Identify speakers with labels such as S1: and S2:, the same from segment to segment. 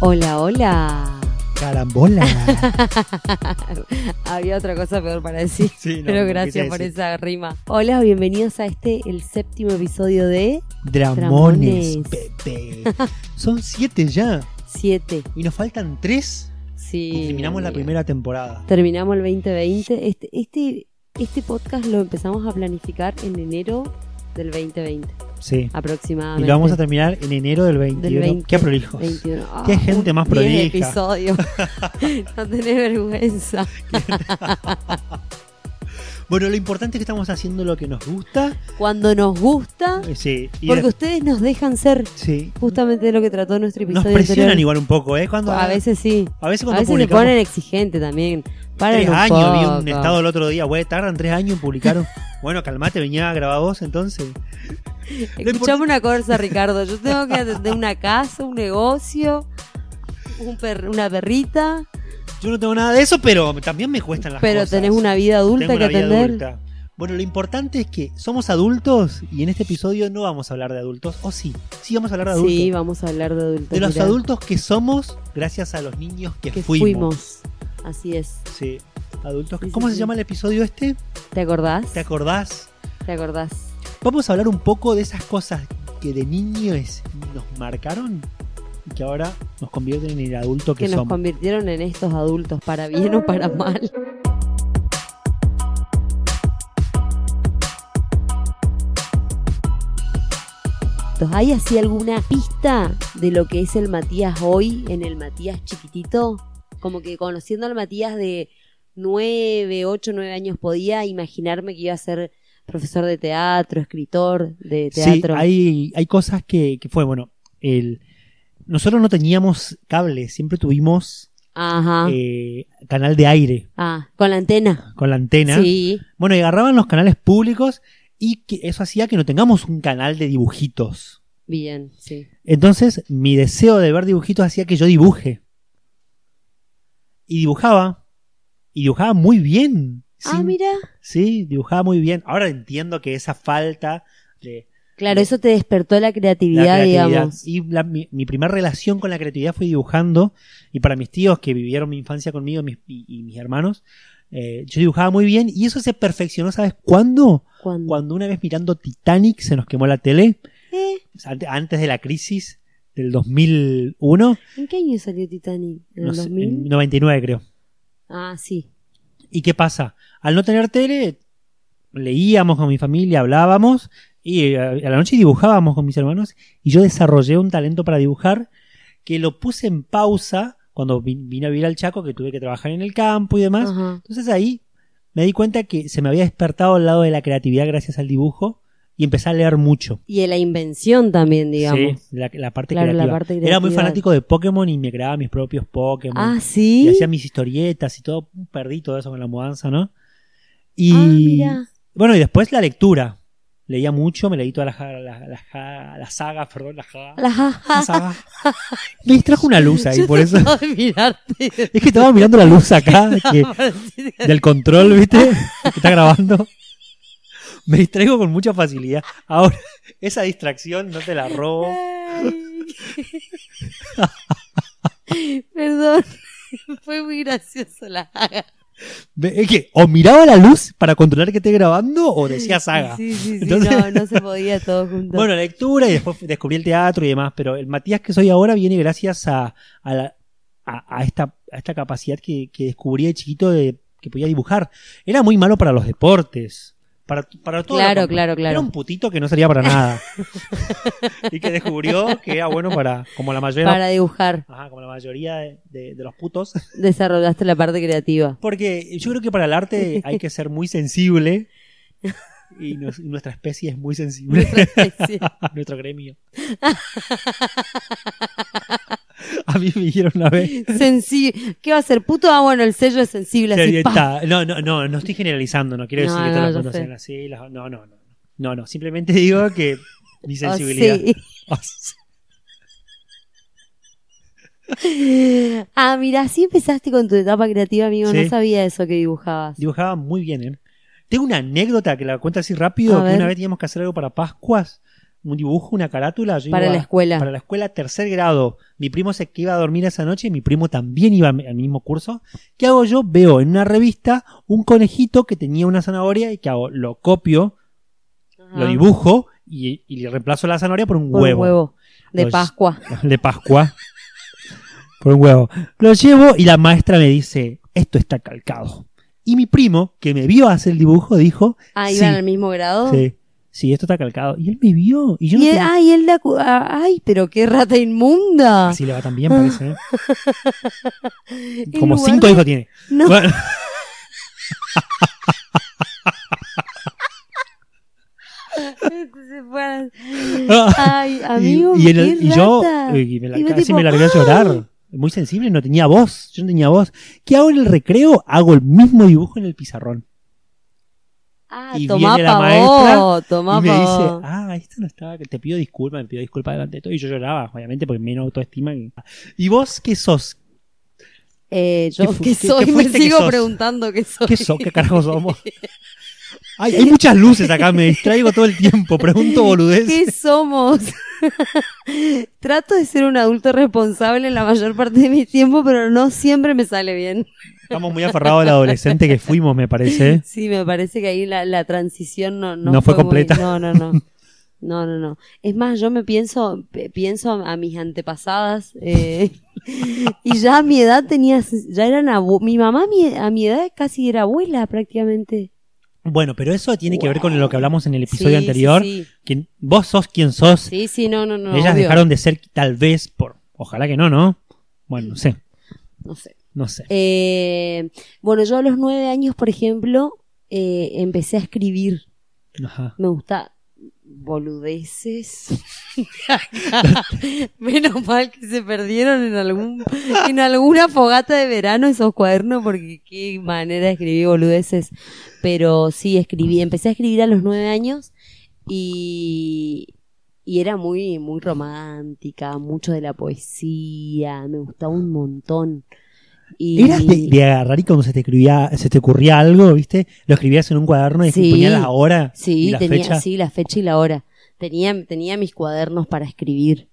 S1: Hola, hola.
S2: Carambola.
S1: Había otra cosa peor para decir.
S2: Sí, no,
S1: pero
S2: no
S1: gracias
S2: quise
S1: por
S2: decir.
S1: esa rima. Hola, bienvenidos a este, el séptimo episodio de
S2: Dramones,
S1: Dramones.
S2: Pepe. Son siete ya.
S1: 7.
S2: Y nos faltan tres.
S1: Sí.
S2: Y terminamos la
S1: amigo.
S2: primera temporada.
S1: Terminamos el 2020. Este, este, este podcast lo empezamos a planificar en enero del 2020,
S2: Sí. Y
S1: aproximadamente.
S2: lo vamos a terminar en enero del 21.
S1: Del 20.
S2: Qué prolijos.
S1: 21. Ah,
S2: Qué gente más
S1: un 10
S2: prolija.
S1: episodios. no tenés vergüenza.
S2: Bueno, lo importante es que estamos haciendo lo que nos gusta.
S1: Cuando nos gusta,
S2: Eh, Sí. Y
S1: porque
S2: de-
S1: ustedes nos dejan ser
S2: sí.
S1: justamente de lo que trató nuestro episodio
S2: Nos presionan
S1: anterior.
S2: igual un poco, ¿eh? Cuando,
S1: A veces sí.
S2: a veces
S1: A
S2: cuando
S1: veces le
S2: publicamos.
S1: ponen exigente también. Paren
S2: Tres
S1: un
S2: años, vi un
S1: poco.
S2: estado el otro día, güey, tardan tres años en publicar. un- bueno, calmate, venía a grabar vos entonces.
S1: Escuchame una cosa, Ricardo. Yo tengo que atender una casa, un negocio, un per- una perrita,
S2: Yo no tengo nada de eso, pero también me cuestan las
S1: pero
S2: cosas.
S1: tenés una vida adulta
S2: Tengo una
S1: que
S2: vida
S1: atender.
S2: adulta. Bueno, lo importante es que somos adultos y en este episodio no vamos a hablar de adultos. O sí, sí vamos a hablar de adultos.
S1: Sí, vamos a hablar de adultos.
S2: de los
S1: mirá,
S2: adultos que somos gracias a los niños que,
S1: que fuimos.
S2: fuimos.
S1: Así es.
S2: Sí, adultos.
S1: Sí, sí,
S2: ¿Cómo se
S1: sí.
S2: llama el episodio este?
S1: ¿Te acordás?
S2: ¿Te acordás?
S1: ¿Te acordás?
S2: Vamos a hablar un poco de esas cosas que de niños nos marcaron y que ahora nos convierten en el adulto que,
S1: Que nos
S2: somos.
S1: convirtieron en estos adultos, para bien o para mal. ¿Hay así alguna pista de lo que es el Matías hoy en el Matías chiquitito? Como que conociendo al Matías de 9, 8, 9 años podía imaginarme que iba a ser profesor de teatro, escritor de teatro.
S2: Sí, hay, hay cosas que, que fue, bueno, el, nosotros no teníamos cable, siempre tuvimos
S1: Ajá.
S2: eh, canal de aire
S1: ah, con la antena.
S2: con la antena.
S1: Sí.
S2: Bueno, y agarraban los canales públicos y que eso hacía que no tengamos un canal de dibujitos.
S1: Bien, sí.
S2: Entonces, mi deseo de ver dibujitos hacía que yo dibuje. Y dibujaba. Y dibujaba muy bien.
S1: Ah,
S2: sin-
S1: mira.
S2: Sí, dibujaba muy bien. Ahora entiendo que esa falta de,
S1: Claro, eso te despertó la
S2: la
S1: creatividad,
S2: creatividad.
S1: digamos.
S2: Y la- mi, mi primera relación con la creatividad fue dibujando. Y para mis tíos que vivieron mi infancia conmigo mis- y, y mis hermanos, eh, yo dibujaba muy bien. Y eso se perfeccionó, ¿sabes cuándo?
S1: Cuando,
S2: Cuando una vez mirando Titanic se nos quemó la tele,
S1: Eh,
S2: o sea, ante- antes de la crisis del 2001,
S1: ¿En qué año salió Titanic? ¿En el
S2: no sé,
S1: 2000?
S2: en 99 creo.
S1: Ah, sí.
S2: ¿Y qué pasa? Al no tener tele, leíamos con mi familia, hablábamos y eh, a la noche dibujábamos con mis hermanos y yo desarrollé un talento para dibujar que lo puse en pausa cuando vi- vine a vivir al Chaco, que tuve que trabajar en el campo y demás.
S1: Ajá.
S2: Entonces ahí me di cuenta que se me había despertado el lado de la creatividad gracias al dibujo y empecé a leer mucho.
S1: Y de la invención también, digamos.
S2: Sí, la, la parte
S1: Claro, la
S2: creativa.
S1: parte
S2: Era muy
S1: creativa.
S2: fanático de Pokémon y me creaba mis propios Pokémon
S1: Ah,
S2: y
S1: sí.
S2: hacía mis historietas y todo, perdí todo eso con la mudanza, ¿no?
S1: Ah,
S2: Y
S1: mira.
S2: bueno, y después la lectura. Leía mucho, me leí toda la, ja- la, la, ja- la saga, perdón, la, ja-
S1: La
S2: la saga. Me distrajo una luz ahí,
S1: Yo
S2: por eso.
S1: trataba de mirarte.
S2: Es que estaba mirando la luz acá, que- del control, ¿viste? Que está grabando. Me distraigo con mucha facilidad. Ahora, esa distracción no te la robo.
S1: Ay. Perdón. Fue muy gracioso la haga.
S2: Ve- Es que o miraba la luz para controlar que esté grabando o decía saga.
S1: Sí, sí, sí.
S2: Entonces-
S1: No, no se podía todo junto.
S2: Bueno, lectura y después descubrí el teatro y demás, pero el Matías que soy ahora viene gracias a, a, la- a- a esta, a esta capacidad que, que descubrí de chiquito de que podía dibujar. Era muy malo para los deportes, para, para todo. lo
S1: Claro,
S2: contrario.
S1: claro, claro.
S2: Era un putito que no servía para nada. y que descubrió que era bueno para, como la mayoría,
S1: Para dibujar,
S2: ajá, como la mayoría de, de- de los putos.
S1: desarrollaste la parte creativa.
S2: Porque yo creo que para el arte hay que ser muy sensible. Y nos- nuestra especie es muy sensible.
S1: Sí.
S2: nuestro gremio. a mí me dijeron una vez.
S1: Sensi- ¿Qué va a ser? Puto, ah, bueno, el sello es sensible.
S2: Sí,
S1: Así, pa.
S2: está. No, no, no, no estoy generalizando, no quiero
S1: No,
S2: decir que
S1: no,
S2: todos
S1: yo
S2: los putos
S1: sé.
S2: sean así. las- no, no, no. No, no, simplemente digo que mi
S1: Oh,
S2: sensibilidad. Oh,
S1: sí. Ah, mira, así empezaste con tu etapa creativa, amigo. No
S2: Sí.
S1: sabía eso que dibujabas.
S2: Dibujaba muy bien, ¿eh? Tengo una anécdota que la cuento así rápido,
S1: A
S2: que
S1: ver.
S2: una vez teníamos que hacer algo para Pascuas. un dibujo, una carátula. yo
S1: Para
S2: iba-
S1: la escuela.
S2: Para la escuela, tercer grado. Mi primo se que iba a dormir esa noche, mi primo también iba al mismo curso. ¿Qué hago yo? Veo en una revista un conejito que tenía una zanahoria y que hago, lo copio,
S1: Ajá.
S2: lo dibujo y, y le reemplazo la zanahoria Ah. por un
S1: Por
S2: huevo.
S1: huevo. De
S2: Los-
S1: Pascua.
S2: de Pascua. Por un huevo. Lo llevo y la maestra me dice, esto está calcado. Y mi primo, que me vio hacer el dibujo, dijo,
S1: Ah,
S2: Sí.
S1: iban al mismo grado.
S2: sí, sí, esto está calcado. Y él me vio. Oh. Y yo no
S1: Y él-
S2: tenía-
S1: ay, él la cu- ah, ay, pero qué rata inmunda.
S2: Así Ah, le va tan bien, parece. ¿eh?
S1: En
S2: Como
S1: lugar
S2: cinco
S1: de-
S2: hijos tiene.
S1: No,
S2: Bueno.
S1: se fue a- Ay, amigo,
S2: y, y el-
S1: qué
S2: y yo eh,
S1: rata.
S2: y me la,
S1: Y vos
S2: casi
S1: tipo, ¡ah!
S2: me largué a llorar. Muy sensible, no tenía voz. Yo no tenía voz. ¿Qué hago en el recreo? Hago el mismo dibujo en el pizarrón.
S1: Ah,
S2: y
S1: tomá
S2: viene la
S1: pa'
S2: maestra
S1: vos, tomá
S2: y me
S1: pa'
S2: dice,
S1: vos.
S2: ah, esto no estaba, te pido disculpas, me pido disculpas delante de todo. Y yo lloraba, obviamente, porque menos autoestima. que- ¿Y vos qué sos?
S1: Eh,
S2: ¿qué
S1: yo
S2: fu-
S1: que
S2: qué-
S1: soy,
S2: qué
S1: me
S2: fuiste que
S1: sigo
S2: sos?
S1: preguntando qué soy.
S2: ¿Qué sos? ¿Qué carajo somos? Ay, hay muchas luces acá, me distraigo todo el tiempo, pregunto boludez.
S1: ¿Qué somos? Trato de ser un adulto responsable la mayor parte de mi tiempo, pero no siempre me sale bien.
S2: Estamos muy aferrados al adolescente que fuimos, me parece.
S1: Sí, me parece que ahí la, la transición no, no,
S2: No fue
S1: muy-
S2: completa.
S1: no, no, no. No, no, no. Es más, yo me pienso, pe- pienso a mis antepasadas eh, y ya a mi edad tenía, ya eran abu- mi mamá a mi, a mi edad casi era abuela prácticamente.
S2: Bueno, pero eso tiene que ver con lo que hablamos en el episodio
S1: Sí,
S2: anterior.
S1: Sí,
S2: Que vos sos quien sos.
S1: sí, Sí, sí, no, no, no.
S2: Ellas
S1: obvio.
S2: dejaron de ser tal vez por... Ojalá que no, ¿no? Bueno, no sé,
S1: No sé.
S2: no sé.
S1: Eh, bueno, yo a los nueve años, por ejemplo, eh, empecé a escribir.
S2: Ajá.
S1: Me gusta boludeces. Menos mal que se perdieron en algún en alguna fogata de verano esos cuadernos porque qué manera de escribir boludeces. Pero sí escribí, empecé a escribir a los nueve años y y era muy muy romántica, mucho de la poesía, me gustaba un montón. Y
S2: ¿Eras de, de agarrar y cuando se te, escribía, se te ocurría algo, viste? Lo escribías en un cuaderno y
S1: Sí.
S2: ponías la hora
S1: Sí,
S2: y la
S1: tenía,
S2: fecha.
S1: sí, la fecha y la hora. Tenía, tenía mis cuadernos para escribir.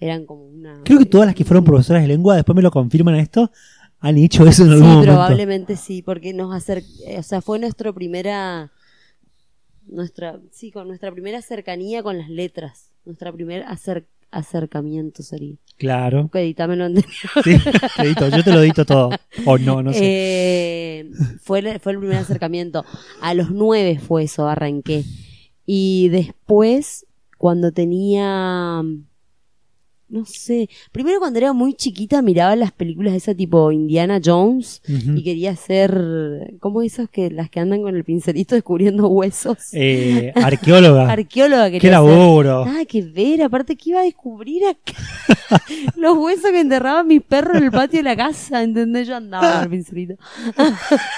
S1: Eran como una.
S2: Creo que todas las que fueron profesoras de lengua, después me lo confirman esto, han hecho eso en
S1: Sí,
S2: algún momento.
S1: probablemente sí, porque nos acer... eh, O sea, fue nuestra primera. Nuestra. Sí, con nuestra primera cercanía con las letras. Nuestra primer acer- acercamiento sería.
S2: Claro.
S1: Ok, editámelo en-
S2: Sí, te edito, yo te lo edito todo. O no, no sé.
S1: Eh, fue, el- fue el primer acercamiento. A los nueve fue eso, arranqué. Y después, cuando tenía. No sé. Primero, cuando era muy chiquita, miraba las películas de esa tipo Indiana Jones
S2: Ujú.
S1: Eh, y quería ser. ¿Cómo esos que las que andan con el pincelito descubriendo huesos?
S2: Eh, arqueóloga.
S1: Arqueóloga
S2: Qué
S1: quería ser.
S2: laburo.
S1: Nada que ver, aparte que iba a descubrir acá los huesos que enterraba mi perro en el patio de la casa, ¿entendés? Yo andaba con el pincelito.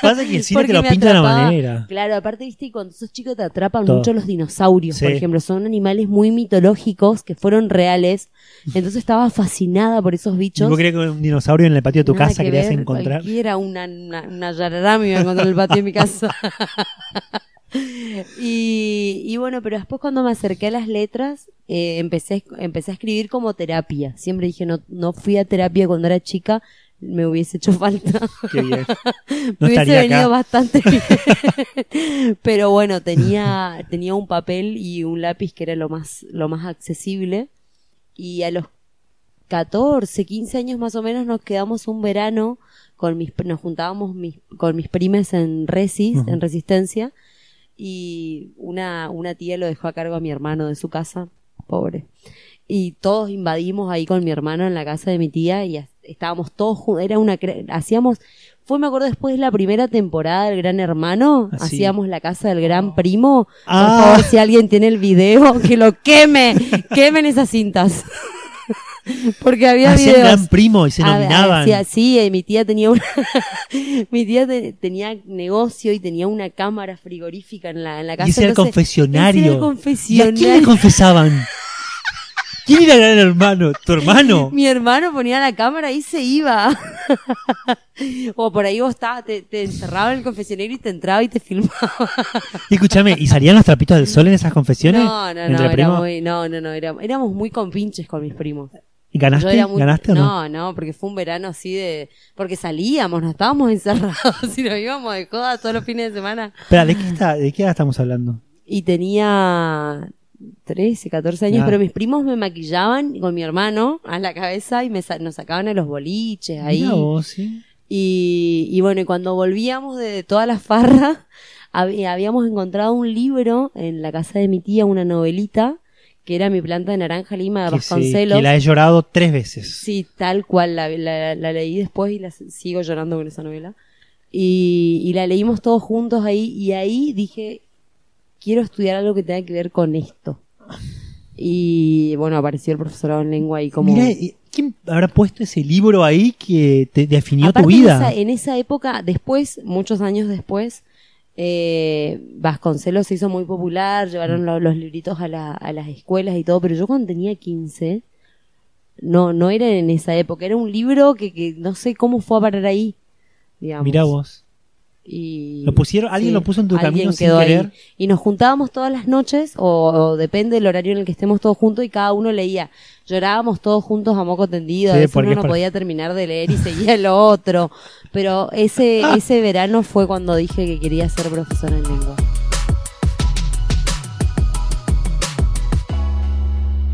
S2: Pasa que el cine
S1: Porque
S2: te lo
S1: me
S2: pinta de una
S1: atrapaba.
S2: manera.
S1: Claro, aparte, viste, y cuando sos chico te atrapan
S2: Todo.
S1: mucho los dinosaurios, por
S2: Sí.
S1: ejemplo. Son animales muy mitológicos que fueron reales. Entonces estaba fascinada por esos
S2: Yo
S1: bichos.
S2: vos querías que un dinosaurio en el patio de tu
S1: Nada
S2: casa
S1: que
S2: querías
S1: ver,
S2: encontrar.
S1: Cualquiera una, una, una yarará me iba a encontrar en el patio de mi casa. y, y bueno, pero después cuando me acerqué a las letras, eh, empecé, empecé a escribir como terapia. Siempre dije, no, no fui a terapia cuando era chica, me hubiese hecho falta.
S2: Qué bien. No
S1: Me hubiese
S2: estaría
S1: venido
S2: acá.
S1: bastante bien. Pero bueno, tenía, tenía un papel y un lápiz que era lo más, lo más accesible. Y a los 14, 15 años más o menos nos quedamos un verano con mis, nos juntábamos mis- con mis primes en Resis,
S2: Ujú.
S1: en Resistencia. Y una, una tía lo dejó a cargo a mi hermano de su casa, pobre. Y todos invadimos ahí con mi hermano en la casa de mi tía y as- estábamos todos juntos. Era una, cre- hacíamos, fue, me acuerdo, después de la primera temporada del Gran Hermano,
S2: Ah, sí.
S1: hacíamos la casa del Gran Primo.
S2: Ah.
S1: Por favor, si alguien tiene el video, que lo queme, quemen esas cintas. Porque había
S2: Hacían
S1: videos.
S2: gran primo y se
S1: A- a-
S2: nominaban.
S1: Sí, así, eh, mi tía tenía una, mi tía te- tenía negocio y tenía una cámara frigorífica en la, en la casa.
S2: y ese era el
S1: entonces- ese era el
S2: confesionario. ¿Y a quién le
S1: confesionario.
S2: confesaban? ¿Quién era el gran hermano? ¿Tu hermano?
S1: Mi hermano ponía la cámara y se iba. o por ahí vos estabas, te, te encerraba en el confesionario y te entraba y te filmaba.
S2: Y escúchame, ¿y salían los trapitos del sol en esas confesiones?
S1: No, no, no,
S2: ¿Entre
S1: era
S2: primos?
S1: muy- no, no, no, era- éramos muy compinches con mis primos.
S2: ¿Y ¿Ganaste?
S1: Yo era muy-
S2: ¿Ganaste o
S1: No,
S2: no?
S1: no, porque fue un verano así de... Porque salíamos, no estábamos encerrados y nos íbamos de coda todos los fines de semana.
S2: Espera, ¿de qué, está- ¿de qué edad estamos hablando?
S1: Y tenía 13, 14 años,
S2: Ah.
S1: pero mis primos me maquillaban con mi hermano a la cabeza y me sa- nos sacaban a los boliches ahí.
S2: Mirá vos, ¿eh? sí.
S1: Y, y bueno, y cuando volvíamos de toda la farra, hab- eh, habíamos encontrado un libro en la casa de mi tía, una novelita, que era Mi planta de naranja lima de
S2: Que, sí,
S1: Vasconcelos.
S2: que la he llorado tres veces.
S1: Ah, Sí, tal cual, la, la- la leí después y la s- sigo llorando con esa novela. Y, y la leímos todos juntos ahí y ahí dije, quiero estudiar algo que tenga que ver con esto. Y bueno, apareció el profesorado en lengua y como...
S2: Mirá, ¿y ¿quién habrá puesto ese libro ahí que te definió tu
S1: Aparte, en
S2: vida?
S1: esa- En esa, época, después, muchos años después, eh, Vasconcelos se hizo muy popular,
S2: Mm.
S1: llevaron lo- los libritos a, la- a las escuelas y todo, pero yo cuando tenía 15, no, no era en esa época, era un libro que, que no sé cómo fue a parar ahí. Digamos.
S2: Mirá vos.
S1: Y-
S2: Lo pusieron- alguien lo puso en tu
S1: alguien
S2: camino sin
S1: quedó ahí.
S2: querer.
S1: Y nos juntábamos todas las noches, o, o depende del horario en el que estemos todos juntos, y cada uno leía. Llorábamos todos juntos a moco tendido, a
S2: Sí,
S1: veces
S2: porque
S1: uno
S2: es
S1: no
S2: para-
S1: podía terminar de leer y seguía lo otro. Pero ese, ese verano fue cuando dije que quería ser profesora en lengua.